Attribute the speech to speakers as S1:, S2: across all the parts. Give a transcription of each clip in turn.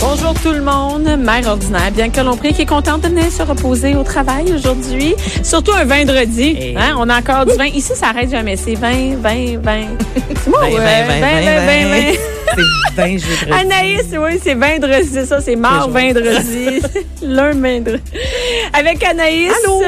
S1: Bonjour tout le monde, mère ordinaire, bien que l'on prie, qui est contente de venir se reposer au travail aujourd'hui. Surtout un vendredi,
S2: Hey.
S1: hein, on a encore du vin. Ici, ça arrête jamais, c'est 20, 20, 20. C'est moi,
S2: Ben,
S1: ouais,
S2: ben, ben,
S1: vingt,
S2: ben,
S1: vingt,
S2: ben.
S1: vingt, vingt.
S2: C'est bien, je vais
S1: Anaïs, oui, c'est vendredi, c'est ça, c'est mort vendredi. L'un vendredi. Avec Anaïs,
S2: Allô?
S1: euh,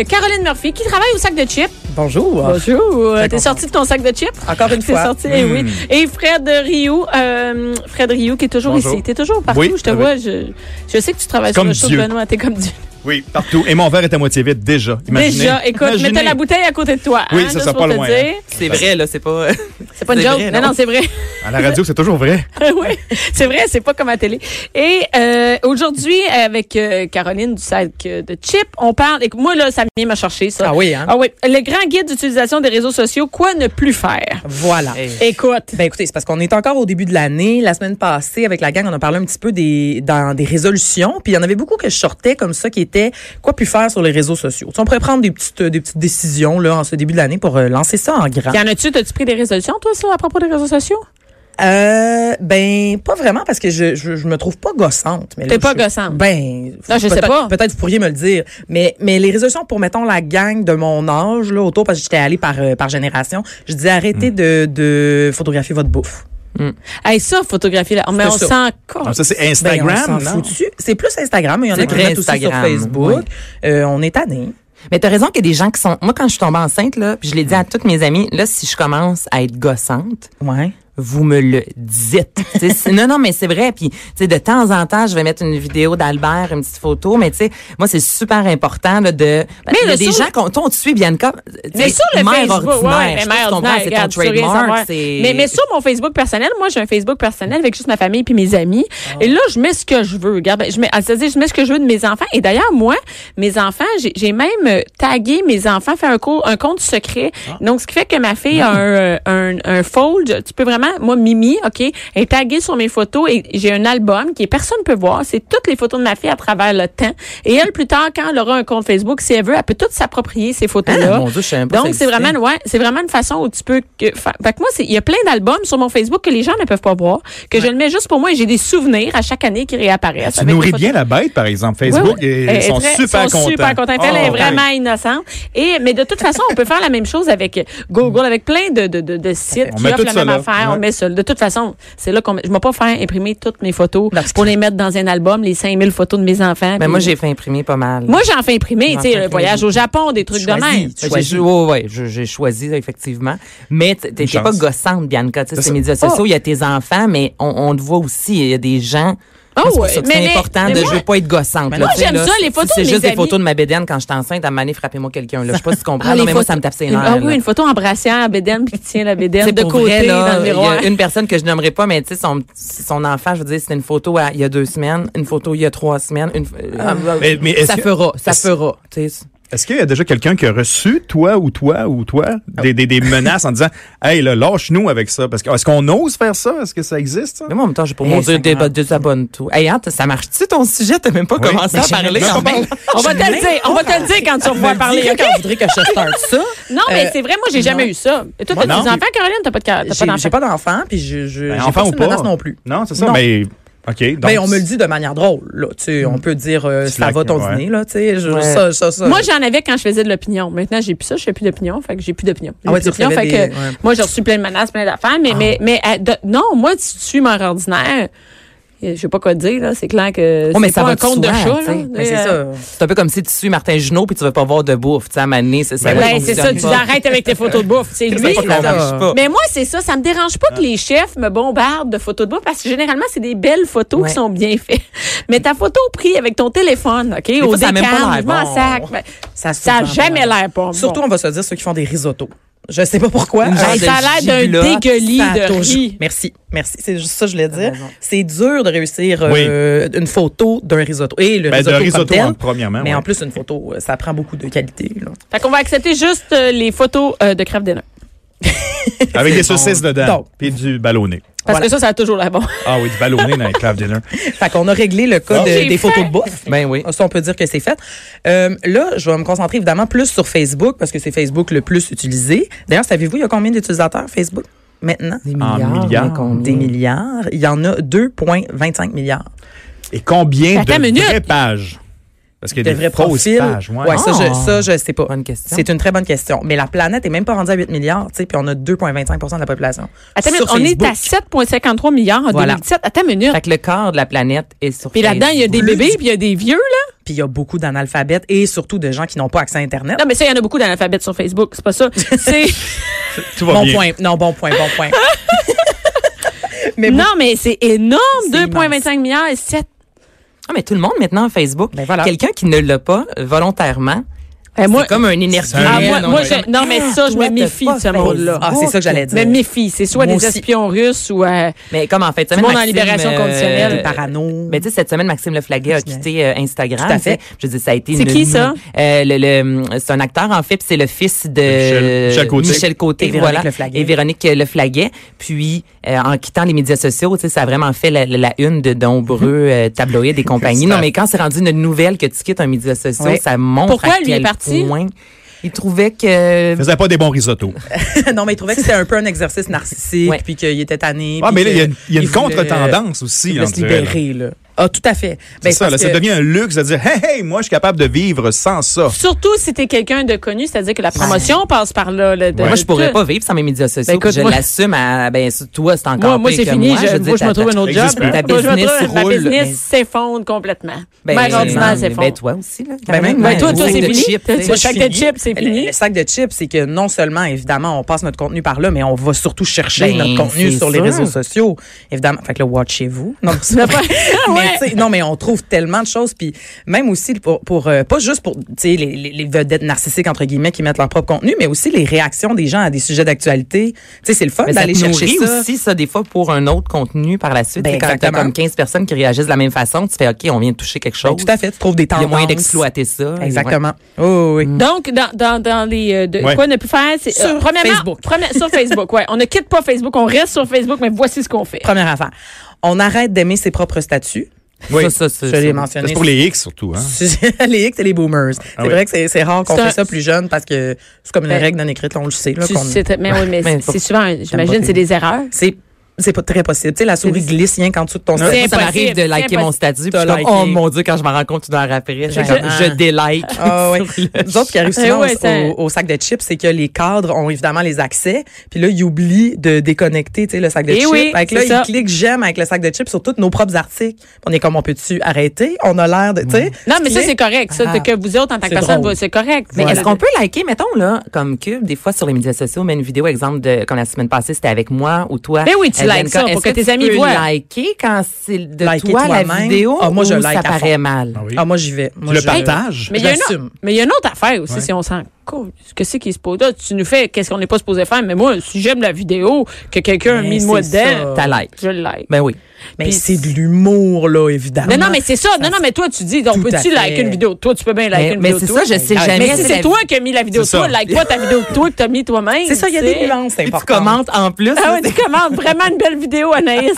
S1: euh, Caroline Murphy, qui travaille au sac de chips.
S2: Bonjour.
S1: Bonjour.
S2: Très
S1: T'es
S2: contente.
S1: sorti de ton sac de chips?
S2: Encore une
S1: T'es
S2: fois.
S1: sorti, eh
S3: Hmm.
S1: oui. Et Fred Rioux, euh, Fred Rioux qui est toujours
S3: Bonjour.
S1: ici. T'es toujours partout,
S3: Oui,
S1: je te
S3: oui.
S1: vois. Je, je sais que tu travailles
S3: Comme
S1: sur le show
S3: Dieu.
S1: de Benoît, t'es comme Dieu.
S3: Oui, partout. Et mon verre est à moitié vide déjà. Imaginez.
S1: Déjà, écoute,
S3: Imaginez.
S1: mettez la bouteille à côté de toi.
S3: Oui,
S1: hein,
S3: ça
S1: juste
S3: sera
S1: pour
S3: pas
S1: te
S3: loin, hein.
S1: dire.
S2: C'est vrai, là, c'est pas. euh,
S1: C'est pas une
S2: C'est
S1: joke.
S2: vrai,
S1: non,
S2: non?
S1: non, c'est vrai.
S3: À la radio, c'est toujours vrai.
S1: oui, c'est vrai, c'est pas comme à télé. Et euh, aujourd'hui, avec euh, Caroline du sac euh, de Chip, on parle. Et moi là, ça vient me chercher ça.
S4: Ah oui, hein?
S1: Ah oui, le grand guide d'utilisation des réseaux sociaux, quoi ne plus faire.
S4: Voilà.
S2: Hey.
S1: Écoute,
S4: Ben écoutez, c'est parce qu'on est encore au début de l'année. La semaine passée, avec la gang, on a parlé un petit peu des, dans des résolutions. Puis il y en avait beaucoup que je sortais comme ça qui étaient quoi plus faire sur les réseaux sociaux. Tu sais, on pourrait prendre des petites, euh, des petites décisions là, en ce début de l'année pour euh, lancer ça en grand.
S1: y en as-tu, t'as-tu pris des résolutions toi ça à propos des réseaux sociaux?
S4: Euh, ben, pas vraiment parce que je, je, je me trouve pas gossante. mais là,
S1: T'es pas
S4: je-
S1: gossante.
S4: Ben,
S1: Non, je sais
S4: peut-être-
S1: pas.
S4: Peut-être vous pourriez me le dire. Mais, mais les résolutions pour, mettons, la gang de mon âge, là, autour, parce que j'étais allée par, euh, par génération, je disais arrêtez de, de photographier votre bouffe.
S1: Hey, ça, photographier, là. Mais on
S4: ça.
S1: s'en
S3: Non,
S1: compte.
S3: ça, c'est
S4: Ben, on
S3: Instagram.
S4: s'en
S3: non?
S4: fout dessus. C'est plus Instagram, mais il y en a
S2: C'est
S4: qui le
S2: très
S4: mettent aussi sur
S2: Instagram,
S4: Facebook. Euh, on est tannés.
S5: Mais t'as raison qu'il y a des gens qui sont. Moi, quand je suis tombée enceinte, là, puis je l'ai dit à toutes mes amies, là, si je commence à être gossante,
S4: Ouais.
S5: vous me le dites. Tu sais, c'est- non, non, mais c'est vrai. Puis, tu sais, de temps en temps, je vais mettre une vidéo d'Albert, une petite photo. Mais, tu sais, moi, c'est super important là, de. Mais il y
S1: là,
S5: a des
S1: sur
S5: gens qu'on on te suit, Bianca. tu
S1: Mais
S5: sais,
S1: sur le
S5: mère
S1: Facebook, ouais,
S5: ordinaire,
S1: mais
S5: je trouve
S1: mère
S5: qu'on
S1: ordinaire,
S5: parle, c'est ton
S1: regarde, tu veux rien savoir.
S5: trademark. c'est-
S1: Mais, mais sur mon Facebook personnel, moi, j'ai un Facebook personnel avec juste ma famille puis mes amis.
S5: Ah.
S1: Et là, je mets ce que je veux. Regarde, ben, je mets, ah, c'est-à-dire, je mets ce que je veux de mes enfants. Et d'ailleurs, moi, mes enfants, j'ai, j'ai même euh, tagué mes enfants, fait un, co- un compte secret.
S5: Ah.
S1: Donc, ce qui fait que ma fille a un, euh, un, un fold. Tu peux vraiment, moi, Mimi, OK, est taguée sur mes photos et j'ai un album qui est- personne peut voir. C'est toutes les photos de ma fille à travers le temps. Et elle, plus tard, quand elle aura un compte Facebook, si elle veut, elle peut toute s'approprier ces photos-là.
S2: Ah, mon Dieu, je savais même pas
S1: Donc,
S2: que ça
S1: c'est vraiment,
S2: existait.
S1: une- ouais, c'est vraiment une façon où tu peux que, fa- fait que moi, c'est- il y a plein d'albums sur mon Facebook que les gens ne peuvent pas voir, que je le mets juste pour moi et j'ai des souvenirs à chaque année qui réapparaissent.
S3: Tu
S1: avec
S3: nourris
S1: des photos.
S3: bien la bête, par exemple.
S1: Oui,
S3: Facebook,
S1: oui.
S3: et-
S1: Elle
S3: ils
S1: est
S3: sont
S1: très-
S3: super
S1: ils sont
S3: contents.
S1: super contents. Elle
S3: Ah,
S1: est
S3: ouais.
S1: vraiment innocente. Et, mais de toute façon, on peut faire la même chose avec Google, avec plein de, de, de, de sites
S3: On
S1: qui
S3: met
S1: offrent
S3: tout
S1: la
S3: ça
S1: même
S3: là.
S1: affaire. On
S3: Ouais.
S1: met ça. De toute façon, c'est là qu'on met- Je ne vais pas faire imprimer toutes mes photos
S4: Parce que-
S1: pour les mettre dans un album, les 5000 photos de mes enfants.
S5: Mais moi,
S1: Puis-
S5: j'ai fait imprimer pas mal.
S1: Moi, j'en fais imprimer,
S5: J'en
S1: tu
S5: fais
S1: sais, le
S5: imprimer
S1: voyage au Japon, des trucs de
S4: Choisis,
S1: même.
S4: tu
S5: J'ai
S4: choisis.
S5: choisi, ouais, ouais, je- j'ai choisi effectivement. Mais t- t'es t'es pas
S3: chance.
S5: gossante, Bianca. Tu sais,
S3: C'est
S5: ces
S3: ça.
S5: médias
S1: Oh!
S5: sociaux, il y a tes enfants, mais on, on te voit aussi. Il y a des gens. Moi, c'est pour
S1: Ah ouais,
S5: ça que
S1: mais-
S5: c'est important
S1: mais
S5: de
S1: moi-
S5: je veux pas être gossante.
S1: moi,
S5: tu sais,
S1: j'aime ça, les
S5: si
S1: photos de
S5: C'est
S1: mes
S5: juste des
S1: amis.
S5: photos de ma bédaine quand j'étais enceinte. À m'aller frappez-moi quelqu'un. Là, je sais pas si tu comprends.
S1: Ah,
S5: non,
S1: les
S5: mais moi,
S1: photos-
S5: ça me tape ses
S1: Une-
S5: nerfs.
S1: Ah
S5: là.
S1: oui, une photo embrassant à Bédène puis qui tient la
S5: Tu
S1: Bédène
S5: sais,
S1: de
S5: pour
S1: côté
S5: vrai, là,
S1: dans le
S5: il y a
S1: miroir.
S5: une personne que je nommerai pas, mais tu sais, son, son enfant, je veux dire, c'était une photo à- il y a deux semaines, une photo il y a trois semaines, une, euh,
S1: Ah.
S3: Mais- mais est-ce
S5: ça
S3: que-
S5: fera, ça
S3: est-ce-
S5: fera. tu sais.
S3: Est-ce qu'il y a déjà quelqu'un qui a reçu, toi ou toi ou toi,
S1: Oh.
S3: des, des, des menaces en disant Hey, là, lâche-nous avec ça? Parce que est-ce qu'on ose faire ça? Est-ce que ça existe? ça?
S5: Mais moi, en même temps, j'ai pour
S4: Eh,
S5: mon Dieu, des
S4: Seigneur.
S5: deux abonnes tout. Hey, hein, t- ça marche-tu ton sujet? T'as même pas
S3: Oui.
S5: commencé
S3: Mais
S5: à
S3: j'ai
S5: parler
S3: même
S5: quand
S3: pas
S5: même.
S1: On va te le dire, on va te le dire Ben, quand tu vas parler.
S4: Quand vous voudrez que je starte ça.
S1: Non, mais
S4: Euh,
S1: c'est vrai, moi, j'ai jamais
S4: non.
S1: eu ça. Et toi,
S3: Moi,
S1: t'as des
S3: non.
S1: enfants, Caroline? T'as pas de ca- t'as
S4: J'ai
S1: pas
S4: j'ai
S1: d'enfants?
S4: pas d'enfant, puis je, je j'ai
S3: Ben, enfant
S4: pas
S3: ou
S4: de
S3: pas?
S4: menace non plus.
S3: Non, c'est ça.
S4: Non.
S3: Mais, OK. Donc, Hmm.
S4: Ben, on me le dit de manière drôle. Là, tu sais, On peut dire euh, ça
S3: Slack,
S4: va ton
S3: ouais.
S4: dîner, là, tu sais, je-
S5: Ouais.
S4: ça, ça, ça.
S1: Moi, j'en avais quand je faisais de l'opinion. Maintenant, j'ai plus ça, je fais plus d'opinion. Fait que j'ai plus d'opinion. J'ai
S4: Ah ouais,
S1: plus
S4: tu
S1: d'opinion,
S4: recevais
S1: fait
S4: des-
S1: que
S4: ouais.
S1: moi, j'ai reçu plein de menaces, plein d'affaires. Mais, mais, mais, euh, de- non, moi, si tu suis mon ordinaire, je sais pas quoi te dire, là. C'est clair que
S5: mais
S1: c'est
S5: ça
S1: pas
S5: va
S1: un
S5: de
S1: compte de
S5: soi,
S1: chat,
S5: tu
S1: là.
S5: sais.
S4: Mais Ben, c'est
S1: Euh,
S4: ça.
S5: C'est un peu comme si tu suis Martin Junot puis tu veux pas voir de bouffe, tu sais, à un moment donné, c'est ça.
S3: Ben,
S1: Ben,
S5: ça
S1: c'est ça,
S5: fonctionne
S1: tu
S5: pas.
S1: arrêtes avec tes photos de bouffe. C'est
S3: C'est
S1: lui, là.
S3: pas qu'on
S5: Ça
S3: marche
S5: marche
S3: pas.
S5: pas.
S1: Mais moi, c'est ça. Ça me dérange pas que les chefs me bombardent de photos de bois parce que généralement, c'est des belles photos
S5: Ouais.
S1: qui sont bien faites. Mais ta photo prise avec ton téléphone, OK, au
S5: fois, ça a même pas
S1: décan,
S5: l'air
S1: je m'en
S5: bon.
S1: sac. Ben,
S4: Ça a
S1: ça n'a
S4: souvent
S1: jamais
S4: pas
S1: l'air bon.
S4: Surtout,
S1: Bon.
S4: on va se dire ceux qui font des risottos. Je sais pas pourquoi.
S5: Une
S4: Euh,
S5: genre
S1: Hey,
S5: de
S1: ça a l'air d'un
S5: giblotte,
S1: dégueulis
S4: ça a
S1: de
S4: toujours-
S1: riz.
S4: Merci, merci. C'est juste ça que je voulais dire.
S5: raison.
S4: C'est dur de réussir euh, une photo d'un risotto. Et le
S3: Ben,
S4: risotto,
S3: d'un
S4: comme
S3: risotto,
S4: tel,
S3: hein, premièrement,
S4: Mais
S3: ouais.
S4: en plus, une photo, euh, ça prend beaucoup de qualité. là.
S1: Fait qu'on va accepter juste euh, les photos euh, de crève des
S3: Avec des saucisses dedans.
S4: Donc.
S3: Puis du ballonné.
S1: Parce
S4: Voilà.
S1: que ça, ça a toujours l'air bon.
S3: Ah oui, du ballonné dans les claves dinner.
S4: Fait qu'on a réglé le cas
S3: Oh,
S4: de-
S1: j'ai
S4: des
S1: faim.
S4: photos de bouffe.
S5: Ah. Ben oui.
S4: Ça, on peut dire que c'est fait. Euh, là, je vais me concentrer évidemment plus sur Facebook parce que c'est Facebook le plus utilisé. D'ailleurs, savez-vous, il y a combien d'utilisateurs Facebook? maintenant. Ah,
S5: Des
S3: En
S5: milliards.
S3: milliards.
S5: mais combien?
S4: Des milliards. Il y en a 2,25 milliards.
S3: Et combien
S1: Attends une
S3: de vraies
S1: minute.
S3: pages? Parce qu'il y
S4: de
S3: a des
S4: vrais
S3: fausses
S4: profils.
S3: pages. Ouais.
S4: Ouais, ça, je,
S5: Ah.
S4: ça, je sais pas.
S5: Bonne question.
S4: C'est une très bonne question. Mais la planète est même pas rendue à 8 milliards, tu sais, puis on a 2,25 de la population.
S1: Attends, une
S4: sur
S1: minute, on est
S4: Facebook.
S1: à 7,53 milliards en
S5: Voilà.
S1: 2017. Attends une minute.
S5: Fait que le corps de la planète est sur
S1: Puis là-dedans, il y a des
S5: Facebook.
S1: bébés, puis il y a des vieux, là.
S4: Puis il y a beaucoup d'analphabètes et surtout de gens qui n'ont pas accès à Internet.
S1: Non, mais ça, il y en a beaucoup dans l'alphabet sur Facebook. C'est pas ça. C'est.
S3: Tout va
S4: bon
S3: bien.
S4: point. Non, bon point, bon point. mais bon,
S1: non, mais c'est énorme.
S4: C'est
S1: 2,25 milliards et 7.
S5: Ah, mais tout le monde maintenant a Facebook.
S4: Ben voilà.
S5: Quelqu'un qui ne l'a pas euh, volontairement,
S1: Eh, moi,
S5: c'est comme un énergie. Ah.
S3: un-
S1: Ah,
S3: Eh,
S1: moi,
S3: non,
S1: moi,
S3: mais-
S1: je- non, mais ça, je
S5: Toi,
S1: me
S5: t'as
S1: méfie
S5: pas
S1: de ce monde-là.
S4: Ah, c'est ça que j'allais
S1: Mais
S4: dire.
S1: méfie. C'est soit
S4: Moi
S1: des
S4: aussi.
S1: espions russes ou. euh,
S5: Mais comme en fait,
S1: Du monde en libération
S5: euh,
S1: conditionnelle,
S4: des parano.
S5: Mais tu sais, cette semaine, Maxime Leflaguet a quitté euh, Instagram.
S4: Tout à fait.
S5: tu sais. Je dis, ça a été.
S1: C'est
S5: une-
S1: qui, ça?
S5: Euh, le, le- c'est un acteur en fait, puis c'est le fils de
S3: Michel- Michel Côté.
S5: Michel Côté,
S4: Et Véronique
S5: voilà,
S4: Leflaguet.
S5: et Véronique Leflaguet. Puis euh, en quittant les médias sociaux, tu sais, ça a vraiment fait la, la- la une de nombreux
S1: Mm-hmm.
S5: euh, tabloïds et compagnie. non, mais quand c'est rendu une nouvelle que tu quittes un média social,
S4: Ouais.
S5: ça montre
S1: Pourquoi
S5: à
S1: lui
S5: quel
S1: est parti?
S5: point il trouvait que
S3: Il faisait pas des bons risottos.
S4: non, mais il trouvait que c'était un peu un exercice narcissique,
S5: Ouais.
S4: puis qu'il était tanné.
S3: Ah,
S4: puis
S3: mais là, il y a
S4: que
S3: une, il y a une
S4: il voulait-
S3: contre-tendance aussi.
S4: Il
S3: on
S4: voulait se
S3: dirait, là.
S4: libérer, là. Ah, tout à fait.
S3: C'est
S4: Ben,
S3: ça,
S4: parce
S3: là, ça
S4: que-
S3: devient un luxe de dire Hey, hey, moi, je suis capable de vivre sans ça.
S1: Surtout si t'es quelqu'un de connu, c'est-à-dire que la promotion passe par là. là, de-
S3: Ouais.
S5: Moi,
S1: de
S5: je pourrais
S1: tout.
S5: pas vivre sans mes médias sociaux.
S1: Ben, écoute,
S5: puis je
S1: moi-
S5: l'assume à, ben, sur toi, c'est encore
S1: Moi, moi
S5: pire
S1: c'est
S5: que
S1: fini.
S5: moi.
S1: je,
S5: veux dire,
S1: moi, je me
S5: ta-
S1: trouve un autre job.
S3: existe pas.
S5: Ta
S1: Moi, je me
S5: business
S1: trouve- ma
S5: roule,
S1: business s'effondre complètement.
S5: Ben,
S1: ma
S5: ben,
S1: rendement s'effondre.
S5: ben, toi aussi, là.
S4: Ben, même,
S1: Ben, toi,
S4: Ouais,
S1: toi,
S4: le
S1: c'est
S4: sac de
S1: fini.
S5: chips, tu sais.
S1: Le sac de chips, c'est
S4: Le,
S1: fini.
S4: le sac de chips, c'est que non seulement, évidemment, on passe notre contenu par là, mais on va surtout chercher
S5: Ben,
S4: notre contenu
S5: c'est
S4: sur les
S5: sûr.
S4: réseaux sociaux. Évidemment. Fait que le watchez-vous. Non, c'est pas vrai. mais, tu sais, non, mais on trouve tellement de choses. Puis même aussi, pour, pour, euh, pas juste pour tu sais, les, les- les vedettes narcissiques, entre guillemets, qui mettent leur propre contenu, mais aussi les réactions des gens à des sujets d'actualité. Tu sais, c'est le fun
S5: Ben, ça
S4: d'aller
S5: te
S4: chercher
S5: nourrit
S4: ça.
S5: aussi, ça, des fois, pour un autre contenu par la suite.
S4: Ben,
S5: C'est quand t'as
S4: exactement.
S5: comme 15 personnes qui réagissent de la même façon, tu fais, OK, on vient de toucher quelque
S4: Ben,
S5: chose.
S4: tout à fait. Tu trouves des
S5: Il
S4: tendances.
S5: y a moyen d'exploiter ça.
S4: Exactement. Oh, oui.
S1: Donc, dans, dans, dans les. euh, de-
S3: Ouais.
S1: Quoi ne plus faire? c'est, euh,
S4: Sur
S1: premièrement,
S4: Facebook.
S1: premi- sur Facebook, ouais. On ne quitte pas Facebook, on reste sur Facebook, mais voici ce qu'on fait.
S4: Première affaire. On arrête d'aimer ses propres statuts.
S3: Oui.
S5: Ouais. Ça, ça, ça.
S4: Je l'ai
S5: ça.
S4: mentionné.
S3: C'est pour les X surtout. Hein?
S4: les X et les boomers. c'est
S3: oui.
S4: vrai que c'est- c'est rare qu'on
S1: C'est un-
S4: fait ça plus jeune parce que c'est comme une
S1: Ben,
S4: règle non écrite, là, on le sait. là,
S1: Tu-
S4: qu'on-
S1: c'est- mais oui, mais
S5: Mais
S1: c'est
S5: pour-
S1: souvent, un- j'imagine,
S5: pas
S1: c'est des erreurs.
S4: C'est c'est pas très possible. Tu sais, la souris glisse rien qu'en dessous de ton
S5: Moi,
S4: statut.
S5: ça m'arrive
S1: impossible,
S5: de liker
S1: c'est
S5: mon statut. puis je
S4: T'as
S5: suis comme,
S4: liké.
S5: oh mon Dieu, quand je m'en rends compte une heure après, je,
S4: Exactement.
S5: je délike.
S4: Ah ouais.
S5: sur le-
S4: Nous autres, ce qui arrive
S1: Eh
S4: souvent
S1: ouais,
S4: au-
S1: ça-
S4: au, au sac de chips, c'est que les cadres ont évidemment les accès, puis là, ils oublient de déconnecter, tu sais, le sac de
S1: Eh
S4: chips.
S1: oui,
S4: Fait que là,
S1: c'est ça.
S4: ils cliquent j'aime avec le sac de chips sur tous nos propres articles. Puis On est comme, on peut-tu arrêter? On a l'air de, tu sais.
S1: Non,
S4: ce
S1: mais
S4: qui
S1: ça,
S4: est-
S1: c'est correct. Ça, de
S4: Ah.
S1: que vous autres, en tant que
S4: C'est
S1: personne,
S4: drôle.
S1: vous- c'est correct.
S5: Mais
S1: Voilà.
S5: est-ce qu'on peut liker, mettons, là, comme Cube, des fois sur les médias sociaux, mais une vidéo, exemple, de, comme la semaine passée, c'était avec moi ou toi.
S1: Ben oui, tu
S5: Euh,
S1: likes
S5: Bianca.
S1: ça pour
S5: Est-ce
S1: que tes
S5: tu
S1: amis
S5: peux
S1: voient?
S5: liker quand c'est de
S4: Liker
S5: toi, la
S4: toi-même?
S5: vidéo.
S4: Ah, moi, je
S5: ou
S4: like
S5: Ça
S4: à fond.
S5: paraît mal.
S3: oui.
S4: Ah, moi, j'y vais. Moi,
S3: le
S4: je-
S3: partage.
S1: Mais il y a une
S4: J'assume.
S1: autre- mais il y a une autre affaire aussi,
S3: Ouais.
S1: si on s'en coule. Qu'est-ce qui se pose là? Tu nous fais qu'est-ce qu'on n'est pas supposé faire, mais moi, si j'aime la vidéo que quelqu'un a
S4: Mais
S1: mis de moi
S4: c'est
S1: dedans,
S4: ça.
S5: T'as like.
S1: je le like.
S5: Ben oui.
S4: Mais
S1: Puis-
S4: c'est de l'humour, là, évidemment.
S1: Non, non, mais c'est ça. Non, non, mais toi, tu dis, on
S4: Tout à
S1: peut-tu
S4: fait.
S1: liker une vidéo de toi? Tu peux bien liker
S5: Mais-
S1: une
S5: mais
S1: vidéo de
S5: c'est
S1: toi.
S5: ça, je sais
S1: Ah,
S5: jamais
S1: Mais si
S5: si
S1: c'est
S5: la-
S1: toi qui as mis la vidéo de
S3: C'est
S1: toi,
S3: ça.
S1: like pas ta vidéo de toi que t'as mis toi-même.
S4: C'est ça, il y a
S1: tu sais.
S4: des nuances
S5: Et tu
S4: importantes.
S5: commentes en plus.
S1: Ah oui, tu commandes vraiment une belle vidéo, Anaïs.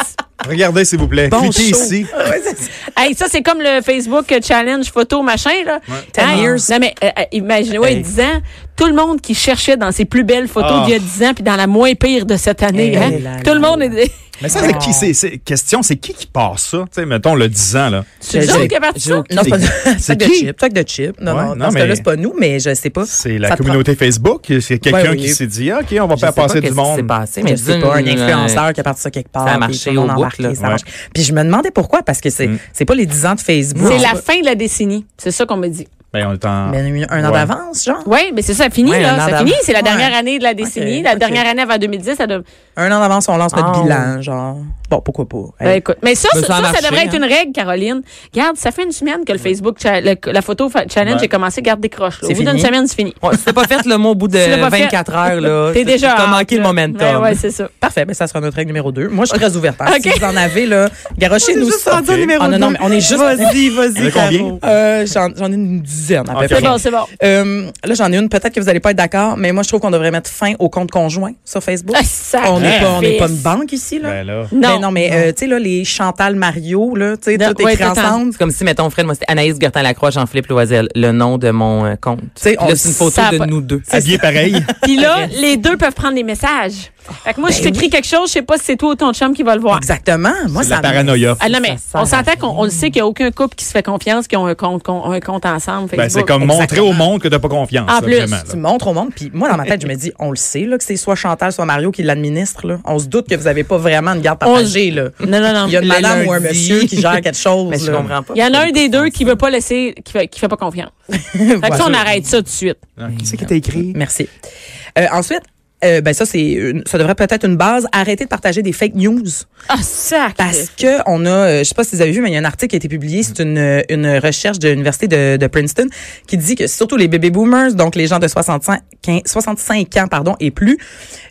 S3: Regardez, s'il vous plaît.
S4: Bon
S3: Cliquez
S4: show.
S3: ici.
S4: Ouais, c'est ça.
S1: Hey, ça, c'est comme le Facebook challenge photo, machin, là.
S4: Ten years.
S1: Non, mais euh, euh, imaginez, ouais,
S5: Hey.
S1: 10 ans, tout le monde qui cherchait dans ses plus belles photos
S3: Ah.
S1: d'il y a 10 ans, puis dans la moins pire de cette année,
S4: Hey,
S1: hein?
S4: là,
S1: tout le
S4: là,
S1: monde
S4: là.
S1: est...
S3: Mais ça,
S4: Ah.
S3: c'est qui? C'est, c'est- question, c'est qui qui part ça? Tu sais, mettons, le 10 ans, là.
S1: C'est
S4: Je-
S1: qui est parti ça?
S4: Non, c'est pas
S3: C'est
S4: sac de
S3: qui?
S4: chips, sac de chips. Non,
S3: Ouais,
S4: non,
S3: non,
S4: dans ce
S3: mais-
S4: cas-là, c'est pas nous, mais je sais pas.
S3: C'est la
S4: Ça te prend- Ben
S3: communauté Facebook. C'est quelqu'un
S4: oui.
S3: qui s'est dit, OK, on va
S5: Je sais
S3: faire
S5: pas
S3: passer du
S5: qu'est-ce qui s'est
S3: monde.
S5: passé,
S4: Je
S5: mais
S4: sais
S5: d'une- euh,
S4: pas, un influenceur qui a parti ça quelque part.
S5: ça a
S4: puis
S5: marché
S4: tout le monde
S5: au
S4: a
S5: bout,
S4: embarqué,
S5: là. Mm.
S4: ça
S3: Ouais.
S4: marche. Puis je me demandais pourquoi, parce que c'est c'est pas les 10 ans de Facebook.
S1: C'est la
S4: pas-
S1: fin de la décennie. C'est ça qu'on me dit.
S3: Ben, on est en-
S4: Mais un- un an
S3: Ouais.
S4: d'avance, genre.
S1: Oui, mais c'est ça, fini,
S5: Ouais,
S1: là.
S5: un an
S1: Ça
S5: d'avant.
S1: finit. C'est la dernière
S4: Ouais.
S1: année de la décennie.
S4: Ok,
S1: la
S4: ok.
S1: dernière année avant 2010, ça devait.
S4: Un an d'avance, on lance
S5: Ah,
S4: notre
S5: ouais.
S4: bilan, genre. Bon, pourquoi pas?
S1: Ben,
S4: Hey.
S1: écoute. Mais ça,
S5: Ben,
S1: ça,
S5: ça a
S1: ça, ça
S5: marché,
S1: devrait être
S5: hein.
S1: une règle, Caroline. Garde, ça fait une semaine que le Facebook, cha- le- la photo fa- challenge,
S3: Ouais.
S1: j'ai commencé, garde des croches. là. Au
S4: C'est
S1: bout d'une
S4: fini.
S1: semaine, c'est fini.
S5: Ouais, si t'as pas fait le mot au bout de
S1: Tu l'as pas fait.
S5: 24 heures, là.
S1: T'es déjà.
S5: T'as
S1: out,
S5: manqué le
S1: là.
S5: momentum.
S1: Ouais, ouais, c'est ça.
S4: Parfait, ben ça sera notre règle numéro 2. Moi, je suis très ouverte. hein.
S1: Ok.
S4: Si vous en avez, là, garochez-nous
S5: juste
S4: ça.
S5: rendu au numéro
S4: Ah, non, non,
S5: deux.
S4: mais on est juste...
S5: Vas-y, vas-y,
S3: Vous avez
S5: Caro.
S4: Euh, J'en j'en ai une dizaine, à peu
S3: Ok.
S4: près.
S1: C'est bon, c'est bon.
S4: Euh, là, j'en ai une. Peut-être que vous n'allez pas être d'accord, mais moi, je trouve qu'on devrait mettre fin au compte conjoint sur Facebook.
S1: Ah, sacré
S4: on n'est pas, on n'est pas une
S1: fils.
S4: banque ici, là.
S3: Ben, là.
S1: Non.
S4: Ben non, mais euh, tu sais, là, les Chantal Mario, là, tu sais,
S1: Non,
S4: tout écrit
S1: ouais, tout
S4: ensemble.
S5: C'est comme si, mettons, Fred, moi, c'était Anaïs Gertin-Lacroix, Jean-Philippe Loisel, le nom de mon euh, compte.
S4: sais,
S5: Puis là,
S4: on-
S5: c'est une photo
S1: ça a
S5: de
S1: pas-
S5: nous deux.
S3: Habillé pareil.
S1: Puis là, les deux peuvent prendre les messages. Fait que moi, je
S4: ben
S1: t'écris quelque chose, je sais pas si c'est toi ou ton chum qui va le voir.
S4: Exactement. Moi,
S3: C'est
S4: ça
S3: la paranoïa.
S1: Ah non, mais
S5: Ça sert
S1: on s'entend
S5: à
S1: qu'on on le sait qu'il n'y a aucun couple qui se fait confiance, qui ont un compte, qu'on- un compte ensemble.
S3: Ben, c'est
S1: Facebook.
S3: comme montrer
S4: Exactement.
S3: au monde que t'as pas confiance.
S1: En
S3: là,
S1: plus,
S3: vraiment, là.
S4: Tu montres au monde, puis moi, dans ma tête, je me dis, on le sait, là, que c'est soit Chantal, soit Mario qui l'administre, là. On se doute que vous avez pas vraiment une garde partagée, là.
S1: Non, non, non.
S4: Il y a une
S5: Le
S4: madame ou un
S5: lundi.
S4: monsieur qui gère quelque chose.
S5: Mais je
S4: là.
S5: comprends pas.
S1: Il y en a un des deux qui veut pas laisser, qui fait, qui fait pas confiance. Fait que ça, on arrête ça tout de suite.
S3: Ah, Qu'est-ce qui t'a écrit?
S4: Merci. Euh, ensuite, euh, ben ça, c'est une- ça devrait peut-être une base. Arrêtez de partager des fake news.
S1: Ah, ça!
S4: Parce que on a, euh, je sais pas si vous avez vu, mais il y a un article qui a été publié, c'est une, une recherche de l'université de, de Princeton qui dit que surtout les baby boomers, donc les gens de 65, 15 65 ans pardon et plus,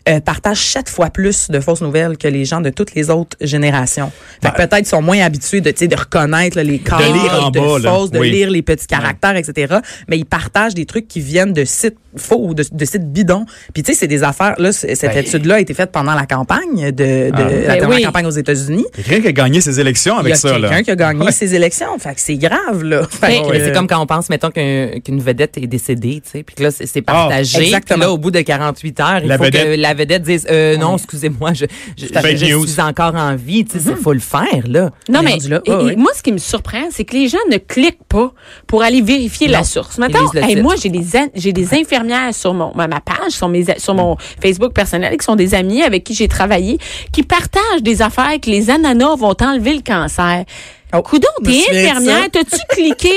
S4: euh, partagent sept fois plus de fausses nouvelles que les gens de toutes les autres générations. Fait que peut-être sont moins habitués de, tu sais, de reconnaître là, les cas
S3: Ben. lire en
S4: de
S3: bas, là.
S4: fausses, de
S3: Oui.
S4: lire les petits caractères, etc. Mais ils partagent des trucs qui viennent de sites faux ou de, de sites bidons. Puis tu sais, c'est des affaires. Là, c- cette étude-là a été faite pendant la campagne de, de
S3: Ben. Ah.
S4: la
S1: Ben
S4: dernière
S1: oui.
S4: campagne aux États-Unis.
S3: Il y a quelqu'un qui a gagné ses élections
S4: Il y
S3: avec
S4: a
S3: ça, là.
S4: quelqu'un qui a gagné ses élections. Fait que c'est grave, là. Fait
S5: Mais
S4: que,
S5: c'est
S4: euh,
S5: comme quand on pense, mettons, qu'un- qu'une vedette est décédée, tu sais, puis que là, c'est c'est partagé.
S4: exactement.
S5: Puis là, au bout de 48 heures, il
S3: La
S5: faut
S3: vedette-
S5: que la vedette dise, euh, non, excusez-moi, je, je,
S3: Fake
S5: je- je
S3: news.
S5: suis encore en vie, tu sais, c'est- faut le faire, là.
S1: Non,
S4: On est
S1: mais
S4: rendu là.
S1: et-
S4: Ah,
S1: et
S4: ouais.
S1: moi, ce qui me surprend, c'est que les gens ne cliquent pas pour aller vérifier la source. Maintenant,
S5: lisent le titre.
S1: moi, j'ai des, an- j'ai des infirmières sur mon, ma, ma page, sur, mes, a- sur mon Facebook personnel, qui sont des amis avec qui j'ai travaillé, qui partagent des affaires que les ananas vont enlever le cancer.
S4: Oh,
S1: Coudon,
S4: je me
S1: t'es
S4: souviens de
S1: infirmière,
S4: ça.
S1: t'as-tu cliqué,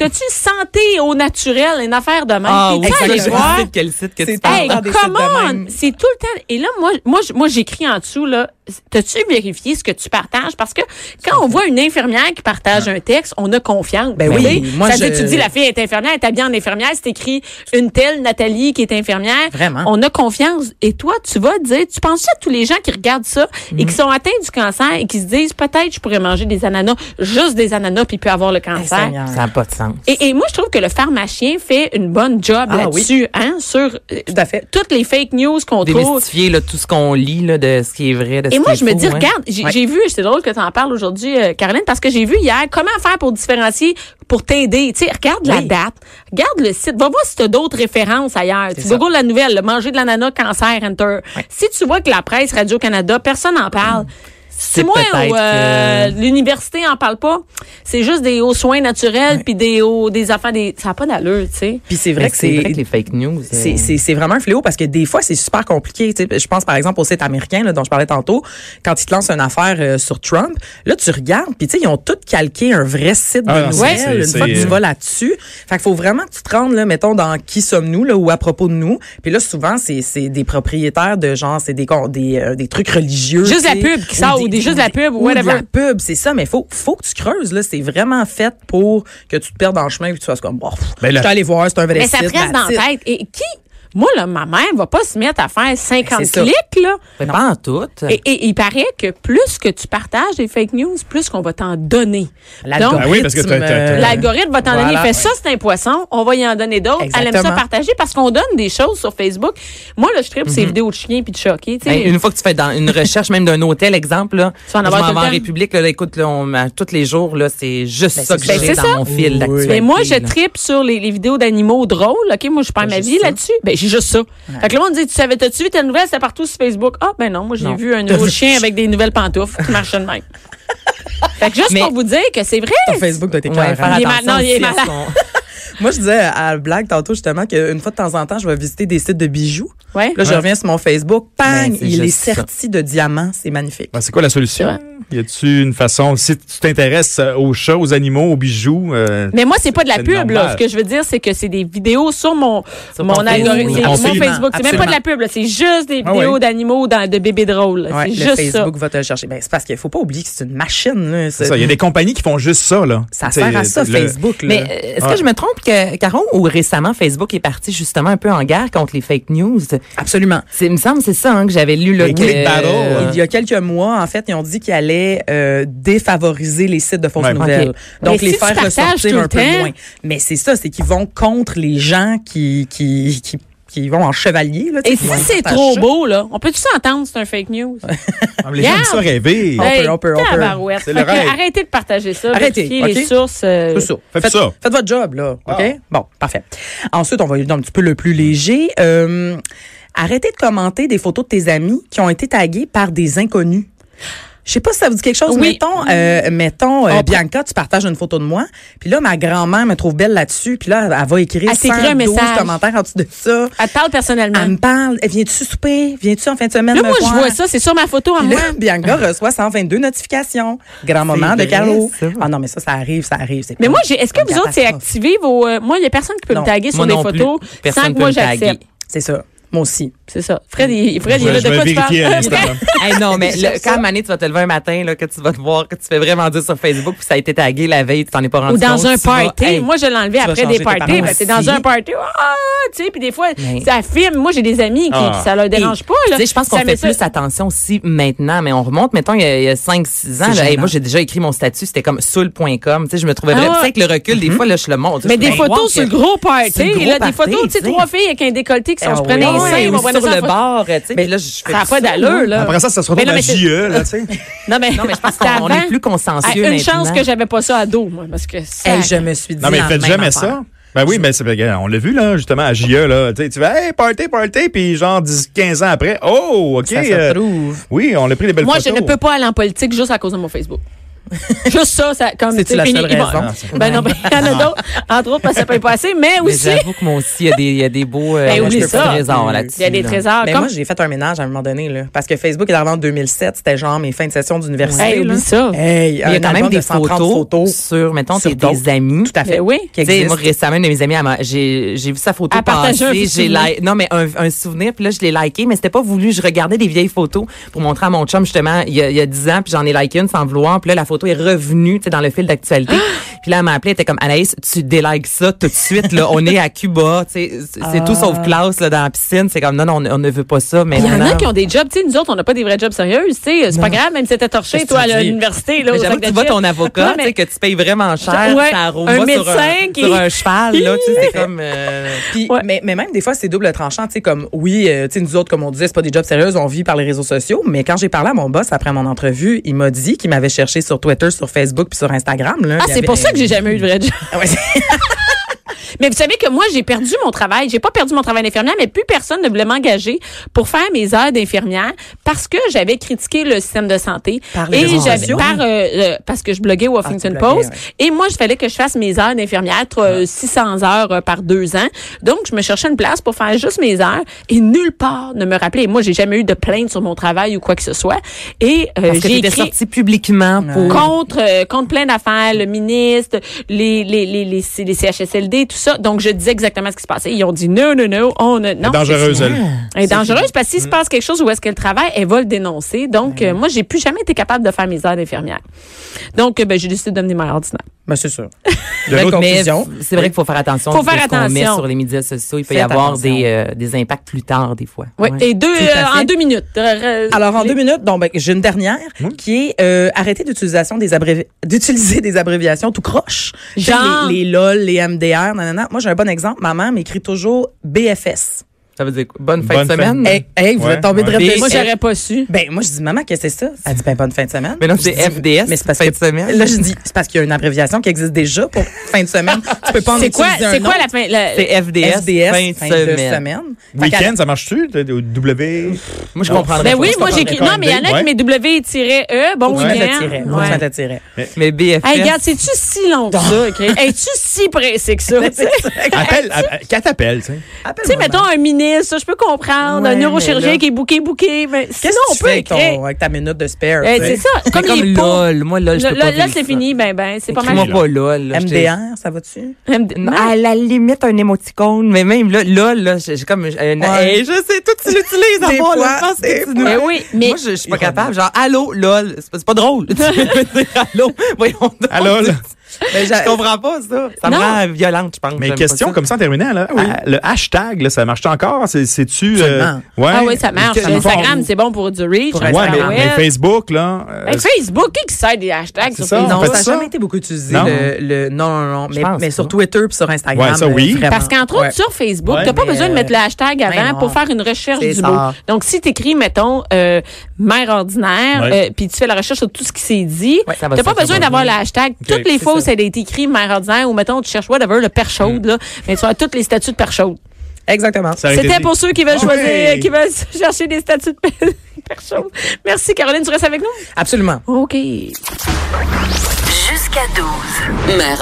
S1: t'as-tu santé au naturel, une affaire de même? T'es-tu
S5: Ah, oui,
S1: allé
S5: je sais
S1: voir?
S5: quel site que
S4: Ah C'est
S5: tu
S4: Ah,
S5: parles.
S1: Hey,
S4: dans des sites de
S1: come on!
S4: même.
S1: C'est tout le temps. Et là, moi, moi, je- moi j'écris en dessous, là, t'as-tu vérifié ce que tu partages? Parce que quand on voit une infirmière qui partage un texte, on a confiance.
S4: Ah. Ben
S1: Tu
S4: oui,
S1: sais,
S4: moi,
S1: ça veut
S4: je-
S1: dire, tu dis, la fille est infirmière, elle est habillée en infirmière, c'est écrit une telle Nathalie qui est infirmière.
S4: Vraiment.
S1: On a confiance. Et toi, tu vas dire, tu penses à tous les gens qui regardent ça et
S4: Mhm.
S1: qui sont atteints du cancer et qui se disent, peut-être, je pourrais manger des ananas, juste des ananas, puis puis avoir le cancer.
S4: Seigneur.
S5: Ça n'a pas de sens.
S1: Et, et moi, je trouve que le pharmacien fait une bonne job
S4: Ah oui.
S1: là-dessus, hein, sur euh,
S4: Tout à fait.
S1: toutes les fake news qu'on trouve.
S5: Démystifier là, tout ce qu'on lit là, de ce qui est vrai, de ce
S1: Et moi,
S5: qui
S1: je
S5: est
S1: me
S5: faux,
S1: dis,
S5: hein.
S1: regarde, j'ai
S5: Ouais.
S1: j'ai vu, c'est drôle que tu en parles aujourd'hui, euh, Caroline, parce que j'ai vu hier comment faire pour différencier, pour t'aider. Tu sais, regarde la
S4: Oui.
S1: date, regarde le site, va voir si tu as d'autres références ailleurs. Tu
S4: ça.
S1: googles la nouvelle, le manger de l'ananas, cancer, enter. Si tu vois que la presse, Radio-Canada, personne n'en parle. C'est moi
S5: peut-être
S1: ou euh, l'université en parle pas. C'est juste des hauts soins naturels puis des hauts des affaires des ça n'a pas d'allure, tu sais.
S4: Puis c'est
S5: Mais
S4: vrai que
S5: Ben, c'est vrai que
S4: c'est
S5: les fake news.
S4: c'est,
S5: euh,
S4: c'est, c'est vraiment un fléau parce que des fois, c'est super compliqué. Tu sais, Je pense par exemple au site américain là, dont je parlais tantôt, quand ils te lancent une affaire euh, sur Trump, là tu regardes, puis tu sais, ils ont tout calqué un vrai site de
S3: Ah, non, c'est-
S4: nouvelles
S3: c'est-
S4: une
S3: c'est-
S4: fois que
S3: euh,
S4: tu vas là-dessus. Fait qu'il faut vraiment que tu te rendes, là, mettons, dans qui sommes-nous là, ou à propos de nous. Puis là, souvent, c'est, c'est des propriétaires de genre, c'est des, con- des, euh, des trucs religieux.
S1: Juste
S4: tu
S1: la
S4: sais,
S1: pub qui sort, ou des- juste la pub, ou
S4: de
S1: whatever.
S4: la pub, c'est ça, mais faut, faut que tu creuses. Là. C'est vraiment fait pour que tu te perdes dans le chemin et que tu fasses comme, bon, pff,
S3: Ben,
S4: je
S3: la-
S4: suis allé voir, c'est un vrai
S1: Mais ça te
S4: site,
S1: reste dans
S4: that's it.
S1: la tête. Et qui? Moi, là, ma mère va pas se mettre à faire 50
S4: Ben, c'est ça. Ben.
S1: clics, là.
S5: mais Pas en tout.
S1: Et, et il paraît que plus que tu partages des fake news, plus qu'on va t'en donner.
S4: L'algorithme,
S3: Ah oui, parce que t'as- t'as- t'as-
S4: euh,
S1: L'algorithme va t'en donner. Il
S4: voilà.
S1: fait ça, c'est un poisson. On va y en donner d'autres. Elle aime ça
S4: Exactement.
S1: partager parce qu'on donne des choses sur Facebook. Moi, là, je tripe
S4: Mhm.
S1: ces vidéos de chiens puis de choqués. tu sais.
S5: Hey, Ben, une fois que tu fais dans une recherche, même d'un hôtel, exemple, là,
S1: Tu vas en
S5: je
S1: avoir
S5: m'en
S1: tout le
S5: vais en
S1: temps.
S5: République, là, là, écoute, là, on, à tous les jours, là, c'est juste
S4: Ben,
S5: ça
S4: c'est
S5: que
S4: ça.
S5: j'ai
S1: Ben, c'est
S5: dans
S1: ça.
S5: mon fil d'actualité.
S1: Mais Ben, moi, je
S5: là.
S1: tripe sur les, les vidéos d'animaux drôles. OK, moi, je perds ma vie là-dessus. Ben, j'ai juste ça. Fait que le monde dit, tu savais, t'as-tu vu ta nouvelle? C'était partout sur Facebook. Ah, ben non, moi, j'ai vu un nouveau chien avec des nouvelles pantoufles qui marchait de même. fait que juste
S5: Mais-
S1: pour vous dire que c'est vrai.
S4: Ton Facebook doit être
S5: Ouais,
S4: éclairant.
S5: faire
S1: Il est
S5: attention
S1: mal- non, il est
S5: aussi à
S1: malade.
S5: son-
S4: Moi, je disais à la blague tantôt justement qu'une fois de temps en temps, je vais visiter des sites de bijoux.
S1: Ouais.
S4: Là, je reviens sur mon Facebook, bang,
S5: Ben, c'est
S4: il est
S5: juste ça.
S4: serti de diamants, c'est magnifique.
S3: Ben, c'est quoi la solution? Y a-tu une façon, si tu t'intéresses euh, aux chats, aux animaux, aux bijoux, euh,
S1: Mais moi, c'est pas de la
S3: C'est
S1: pub, là.
S3: normal.
S1: Ce que je veux dire, c'est que c'est des vidéos sur mon,
S5: Sur
S1: mon
S5: ton
S1: algorithme,
S5: Facebook,
S1: c'est
S5: oui.
S1: mon
S3: Absolument,
S1: Facebook. C'est même pas de la pub, là. C'est juste des
S3: Ah
S1: vidéos
S3: ouais.
S1: d'animaux dans- de bébés drôles. là.
S4: Ouais,
S1: c'est
S4: le
S1: juste
S4: Facebook va te le chercher. Ben, c'est parce qu'il faut pas oublier que c'est une machine. Là.
S3: c'est
S4: C'est-
S3: ça. Il y a des compagnies qui font juste ça, là.
S4: Ça
S3: T'sais,
S4: sert à ça,
S3: le-
S4: Facebook. Là.
S5: Mais euh, est-ce
S3: Ouais.
S5: que je me trompe, que, Caron, ou récemment, Facebook est parti justement un peu en guerre contre les fake news?
S4: Absolument.
S5: C'est- Il me semble que c'est ça hein, que j'avais lu. Là,
S3: Les hein.
S5: que-
S3: click battles.
S4: Euh, Il y a quelques mois, en fait, ils ont dit qu'ils allaient euh, défavoriser les sites de fausses
S3: Ouais.
S4: nouvelles.
S5: Ok.
S4: Donc,
S1: Mais
S4: les
S1: si tu
S4: faire
S1: partages tout
S4: ressortir
S1: le
S4: un peu
S1: temps-
S4: moins. Mais c'est ça, c'est qu'ils vont contre les gens qui, qui, qui, qui vont en chevalier. Là, tu
S1: Et
S4: sais,
S1: si
S4: qui vont
S1: c'est
S4: partager
S1: trop
S4: ça.
S1: beau, là, on peut tout s'entendre, c'est un fake news.
S3: Ah, mais Les gens aiment ça rêver.
S4: On
S1: Hey,
S4: peut, on peut, on peut.
S1: tabarouette.
S3: C'est le
S1: Fait que
S3: rêve.
S1: Arrêtez de partager ça.
S4: Arrêtez,
S1: Vérifiez les
S4: ok?
S1: sources. euh,
S4: C'est ça.
S3: Faites ça.
S4: Faites votre job, là. OK?
S3: Ah.
S4: Bon, parfait. Ensuite, on va aller dans un petit peu le plus léger. Euh, arrêtez de commenter des photos de tes amis qui ont été tagués par des inconnus. Je sais pas si ça vous dit quelque chose.
S1: Oui.
S4: Mettons, euh, mettons euh,
S1: On peut-
S4: Bianca, tu partages une photo de moi. Puis là, ma grand-mère me trouve belle là-dessus. Puis là, elle- elle va écrire
S1: Elle t'écrit un
S4: 112
S1: message.
S4: commentaires en dessous de ça.
S1: Elle te parle personnellement.
S4: Elle me parle. Eh, Viens-tu souper? Viens-tu en fin de semaine
S1: Là,
S4: me
S1: moi, je
S4: voir?
S1: vois ça. C'est sur ma photo à
S4: Puis
S1: moi.
S4: là, Bianca reçoit 122 notifications. Grand moment de
S5: vrai,
S4: Caro.
S5: ça.
S4: Ah non, mais ça, ça arrive, ça arrive. c'est
S1: Mais
S4: pas-
S1: moi, j'ai, est-ce que
S4: une
S1: vous autres, c'est
S4: catastrophe.
S1: activé vos, euh, moi, il y a personne qui peut
S4: Non.
S1: me taguer sur
S5: Moi
S1: des
S5: non plus.
S1: photos
S5: Personne
S1: sans que
S5: peut
S1: moi
S5: me taguer.
S1: j'accepte.
S4: C'est ça. Moi aussi.
S1: C'est ça. Fred, il, Fred, il est
S3: Je
S1: là
S3: je
S1: de
S3: vais
S1: quoi tu
S3: vérifier à
S1: parles?
S3: Instagram.
S5: Hey, non, mais
S4: J'aime
S5: le-
S4: ça.
S5: quand Mané, tu vas te lever un matin, là, que tu vas te voir, que tu fais vraiment dire sur Facebook, puis ça a été tagué la veille, euh, tu t'en es pas rendu
S1: Ou dans
S5: compte,
S1: un
S5: tu vas-
S1: party.
S5: Hey,
S1: moi, je l'ai enlevé
S5: tu vas
S1: après
S5: changer
S1: des
S5: tes
S1: parties.
S5: parents.
S1: Ben, t'es dans
S5: Si.
S1: un party. Ah, tu sais, puis des fois,
S5: Mais-
S1: ça filme. Moi, j'ai des amis qui,
S3: Ah.
S1: qui- ça leur dérange
S5: Et,
S1: pas, là.
S5: tu sais, je pense qu'on
S1: Ça met
S5: fait
S1: ça-
S5: plus attention aussi maintenant, mais on remonte, mettons, il y a, il y a 5-6 ans.
S4: C'est
S5: là, hey,
S4: gênant.
S5: moi, j'ai déjà écrit mon statut, c'était comme soul.com. Tu sais, je me trouvais
S1: Ah
S5: vraiment
S1: ouais.
S5: avec le recul, des fois, là, je le montre.
S1: Mais
S5: Je
S1: des
S5: me vois
S1: photos sur
S5: que-
S1: le gros party.
S5: sur le gros
S1: Et là, des
S5: party,
S1: photos, tu sais,
S5: tu sais.
S1: trois filles avec un décolleté qui sont,
S5: Ah
S1: je prenais
S5: oui,
S1: un
S5: ouais,
S1: sein,
S5: ou
S1: on prenait ça
S5: sur
S1: en
S5: le
S1: photo.
S5: bord, tu sais, puis là, je
S1: Ça
S5: fais
S1: n'a
S5: du
S1: pas
S5: saut,
S1: d'allure, là.
S3: Après ça, ça se
S1: Mais
S3: retrouve
S1: non,
S3: à
S1: mais c'est-
S3: JE, E, là, tu sais.
S1: Non, mais,
S5: hein? Non, mais je pense qu'on on est plus
S1: Ah,
S5: consciencieux
S1: une chance
S5: maintenant.
S1: que j'avais pas ça à dos, moi, parce que ça.
S4: Hey, je me suis dit.
S3: Non, mais
S4: la
S3: faites
S4: même
S3: jamais
S4: affaire.
S3: ça. Ben oui, mais c'est regarde, on l'a vu, là, justement, à JE, là. Tu sais, tu fais, hey, party, party, puis genre 10, 15 ans après, oh, OK.
S4: Ça se
S3: euh,
S4: retrouve.
S3: oui, on a pris des belles
S1: Moi,
S3: photos.
S1: je ne peux pas aller en politique juste à cause de mon Facebook. juste ça, ça comme
S4: C'est-tu
S1: tu sais,
S4: la
S1: fini.
S4: seule
S1: Et bon,
S4: raison?
S1: Ben non, ben, il y en a d'autres. Entre autres, parce que ça peut pas passer, mais
S5: Mais
S1: aussi,
S5: j'avoue que moi aussi, il y a des- il y, a des beaux euh,
S1: Ben,
S5: je
S1: oublie
S5: peux pas
S1: ça.
S5: de trésors
S4: Il y a
S5: là-dessus.
S1: il y a des
S5: là.
S1: trésors.
S4: Mais
S1: Ah, comme
S4: Ben, moi, j'ai fait un ménage à un moment donné, là. Parce que Facebook est arrivé en 2007. C'était genre mes fins de session d'université.
S1: Hey,
S4: là.
S1: oublie ça.
S4: Hey,
S5: Mais Il y
S4: un
S5: a quand même
S4: album
S5: des
S4: de 130
S5: photos, sur, mettons,
S4: Sur
S5: tes- tes
S4: d'autres.
S5: amis.
S4: Tout à fait.
S1: Ben oui.
S4: Qui
S5: Tu sais,
S4: existent.
S5: moi, récemment, une de mes amies, elle m'a- j'ai j'ai vu sa photo
S1: Elle partageait un
S5: passer.
S1: souvenir.
S5: J'ai li- Non, mais un, un souvenir, puis là, je l'ai liké, mais c'était pas voulu. Je regardais des vieilles photos pour montrer à mon chum, justement, il y a, il y a 10 ans, puis j'en ai liké une sans vouloir. Puis là, la photo est revenue, tu sais, dans le fil d'actualité. puis là, elle m'a appelé, elle était comme, Anaïs, tu délikes ça tout de suite, là. On est à Cuba, tu sais, c'est c'est tout sauf classe, là, dans la piscine. C'est comme, non, non, on, on ne veut pas ça, mais
S1: Ah. Il y en a
S5: maintenant-
S1: qui ont des jobs, tu sais, nous autres, on n'a pas des vrais jobs sérieux, tu sais, c'est pas grave, même si t'étais torché,
S4: Qu'est-ce
S1: toi,
S4: que tu
S1: à
S4: dis?
S1: l'université, là,
S5: Mais
S1: au
S5: j'avoue
S1: sac
S5: que tu
S1: de
S5: vois
S1: chips.
S5: ton avocat,
S1: Non, mais-
S5: tu sais, que tu payes vraiment cher,
S1: Ouais,
S5: ça arromba
S1: un
S5: sur,
S1: médecin qui-
S5: sur un cheval, là, tu sais, c'est comme... euh,
S4: Puis,
S1: Ouais.
S4: mais, mais même des fois, c'est double tranchant. Tu sais, comme, oui, euh, tu sais, nous autres, comme on disait, c'est pas des jobs sérieux, on vit par les réseaux sociaux. Mais quand j'ai parlé à mon boss après mon entrevue, il m'a dit qu'il m'avait cherché sur Twitter, sur Facebook, puis sur Instagram. Là,
S1: Ah,
S4: Il y
S1: c'est
S4: avait-
S1: pour ça que j'ai jamais eu de vrai job.
S4: Ah ouais, c'est-
S1: Mais vous savez que moi, j'ai perdu mon travail. J'ai pas perdu mon travail d'infirmière, mais plus personne ne voulait m'engager pour faire mes heures d'infirmière parce que j'avais critiqué le système de santé.
S4: Par les
S1: et
S4: réseaux
S1: j'avais-
S4: sociaux,
S1: par, euh, euh, parce que je bloguais au Washington
S4: tu bloguais,
S1: Post. Et moi, je fallait que je fasse mes heures d'infirmière, tro- 600 heures euh, par deux ans. Donc, je me cherchais une place pour faire juste mes heures et nulle part ne me rappelait. Moi, j'ai jamais eu de plainte sur mon travail ou quoi que ce soit. Et euh,
S5: Parce que
S1: j'ai
S5: t'étais
S1: écrit
S5: sorti publiquement pour...
S1: contre euh, contre plein d'affaires, le ministre, les les, les les C- les CHSLD, tout ça. Donc je disais exactement ce qui se passait. Ils ont dit non non non, on a- non.
S3: Dangereuse, elle.
S1: Elle est dangereuse parce que s'il se passe quelque chose où est-ce qu'elle travaille, elle va le dénoncer. Donc euh, moi j'ai plus jamais été capable de faire mes heures d'infirmière. Donc euh, ben, j'ai décidé de donner ma heure ordinaire.
S4: Ben, c'est sûr.
S3: Le
S4: Belle
S3: route-
S5: Mais
S4: conclusion.
S5: c'est vrai qu'il faut faire attention
S1: Faut
S5: de
S1: faire
S5: ce qu'on met
S1: attention.
S5: sur les médias sociaux. Il peut y
S4: Faites
S5: avoir
S4: attention.
S5: des, euh, des impacts plus tard, des fois.
S1: Ouais.
S5: Ouais.
S1: Et deux
S4: Tout à
S1: euh,
S4: fait.
S1: en deux minutes. Euh,
S4: Alors, en
S1: les-
S4: deux minutes, donc, ben, j'ai une dernière qui est euh, arrêter d'utilisation des abrévi- d'utiliser des abréviations tout croche. Tu sais,
S1: Genre?
S4: Les, les LOL, les MDR, nanana. Moi, j'ai un bon exemple. Ma mère m'écrit toujours BFS.
S5: Ça veut dire quoi? bonne fin
S3: Bonne fin.
S5: de
S1: Hmm.
S5: semaine?
S4: Hey, hey, vous
S3: Ouais,
S4: êtes tombé
S3: ouais.
S4: de
S1: Moi j'aurais pas su.
S4: Ben, moi, je dis, maman, qu'est-ce que c'est ça? Elle dit, ben, bonne fin de semaine.
S5: Mais non, c'est
S4: Je dis,
S5: FDS,
S4: Mais c'est parce
S5: fin
S4: que,
S5: de semaine.
S4: Là, je dis, c'est parce qu'il y a une abréviation qui existe déjà pour fin de semaine. tu peux pas en
S1: C'est quoi
S4: utiliser un
S1: c'est quoi
S4: autre.
S1: la fin la-
S5: C'est FDS,
S4: FDS,
S5: fin de semaine.
S4: Fait qu'elle-
S3: Week-end, ça marche-tu? T'as des W.
S5: Moi, je comprendrais
S1: Ben
S5: pas.
S1: oui,
S5: Je
S1: moi j'ai
S5: comprendrais
S3: écrit-
S1: non mais il y en a
S3: Ouais.
S1: qui met W-E E, bon
S4: Faut que tu mettes le
S1: week-end.
S4: tiret. Faut que
S1: Ouais.
S4: tu mettes le tiret.
S5: pas. Mais BFF...
S1: Hey, regarde, c'est-tu si long que ça, OK? Es-tu si pressé que ça? tu sais?
S3: Appelle, app- qu'elle t'appelle, tu sais.
S1: Tu sais, mettons un ministre, ça, je peux comprendre,
S4: Ouais,
S1: un
S4: mais
S1: neurochirurgien
S4: là-
S1: qui est bouqué, bouqué, mais sinon,
S4: Qu'est-ce que
S1: on
S4: tu
S1: peut
S4: fais avec,
S1: écrire.
S4: ton, avec ta minute de spare?
S1: Eh,
S4: tu
S1: c'est
S4: sais?
S1: ça, comme,
S5: comme
S1: les pauvres.
S5: LOL. Moi, LOL, je
S1: Là,
S5: peux pas
S1: là,
S5: vivre
S1: c'est
S5: ça.
S1: fini, ben, ben, c'est pas mal.
S5: Écris-moi pas LOL. là, je te-
S4: MDR, ça va-tu? Ben,
S1: Non.
S5: À la limite, un émoticône. Mais même là, LOL, là, j'ai j'ai comme... un-
S4: Ouais.
S5: Hey, je sais, toi, tu l'utilises.
S4: Des
S5: avant,
S4: fois,
S5: là, je pense
S4: des
S5: que tu nous-
S1: Mais Eh oui, mais
S5: Moi, je, je suis pas capable. Genre, allô, lol. C'est pas, c'est pas drôle. Tu veux dire allô, voyons donc.
S3: Allô, là.
S4: Ben, j'a-
S5: Je comprends pas ça. Ça
S1: Non.
S5: me rend violente, je pense.
S3: Mais
S5: J'aime
S3: question
S5: pas ça.
S3: comme ça en terminant, là, ah, le hashtag, là, ça marche encore? C'est- C'est-tu. euh,
S4: Absolument.
S3: ouais.
S1: ah oui, ça marche.
S3: Qu'est-ce qu'ils
S1: Instagram,
S3: font?
S1: c'est bon pour du reach.
S4: Pour
S3: Ouais,
S1: Instagram,
S3: mais,
S1: ouais.
S3: mais Facebook, là. euh,
S1: Ben, Facebook, qui qui sert des hashtags
S3: C'est
S1: sur
S3: ça, on
S1: Facebook?
S3: fait
S4: Non, ça n'a
S3: ça?
S4: jamais été beaucoup utilisé.
S3: Non.
S4: Le, le- non, non, non. Mais,
S5: pense
S4: mais
S5: pas.
S4: sur Twitter puis sur Instagram.
S3: Ouais, ça,
S4: euh,
S3: oui.
S4: vraiment.
S1: Parce qu'entre autres,
S4: Ouais.
S1: sur Facebook,
S4: Ouais,
S1: t'as pas
S4: mais,
S1: besoin de
S4: euh,
S1: mettre le hashtag
S4: ben
S1: avant
S4: non.
S1: pour faire une recherche
S4: C'est
S1: du
S4: ça.
S1: mot. Donc, si t'écris, mettons, euh, mère ordinaire,
S3: Ouais.
S1: euh, puis tu fais la recherche sur tout ce qui s'est dit,
S5: Ouais, ça va
S1: t'as pas
S5: sortir
S1: besoin
S5: de
S1: d'avoir
S5: nous.
S1: le hashtag. toutes les
S5: c'est
S1: fois où ça
S5: ça.
S1: a été écrit mère ordinaire, ou mettons, tu cherches whatever, le père chaude, là, mais tu as toutes les statuts de père chaude.
S4: Exactement.
S3: Ça aurait été
S1: C'était
S3: dit.
S1: pour ceux qui veulent
S3: Ah ouais.
S1: choisir, qui veulent chercher des statuts de per- perso. Merci, Caroline, tu restes avec nous?
S4: Absolument.
S1: OK.
S6: Jusqu'à 12. Mère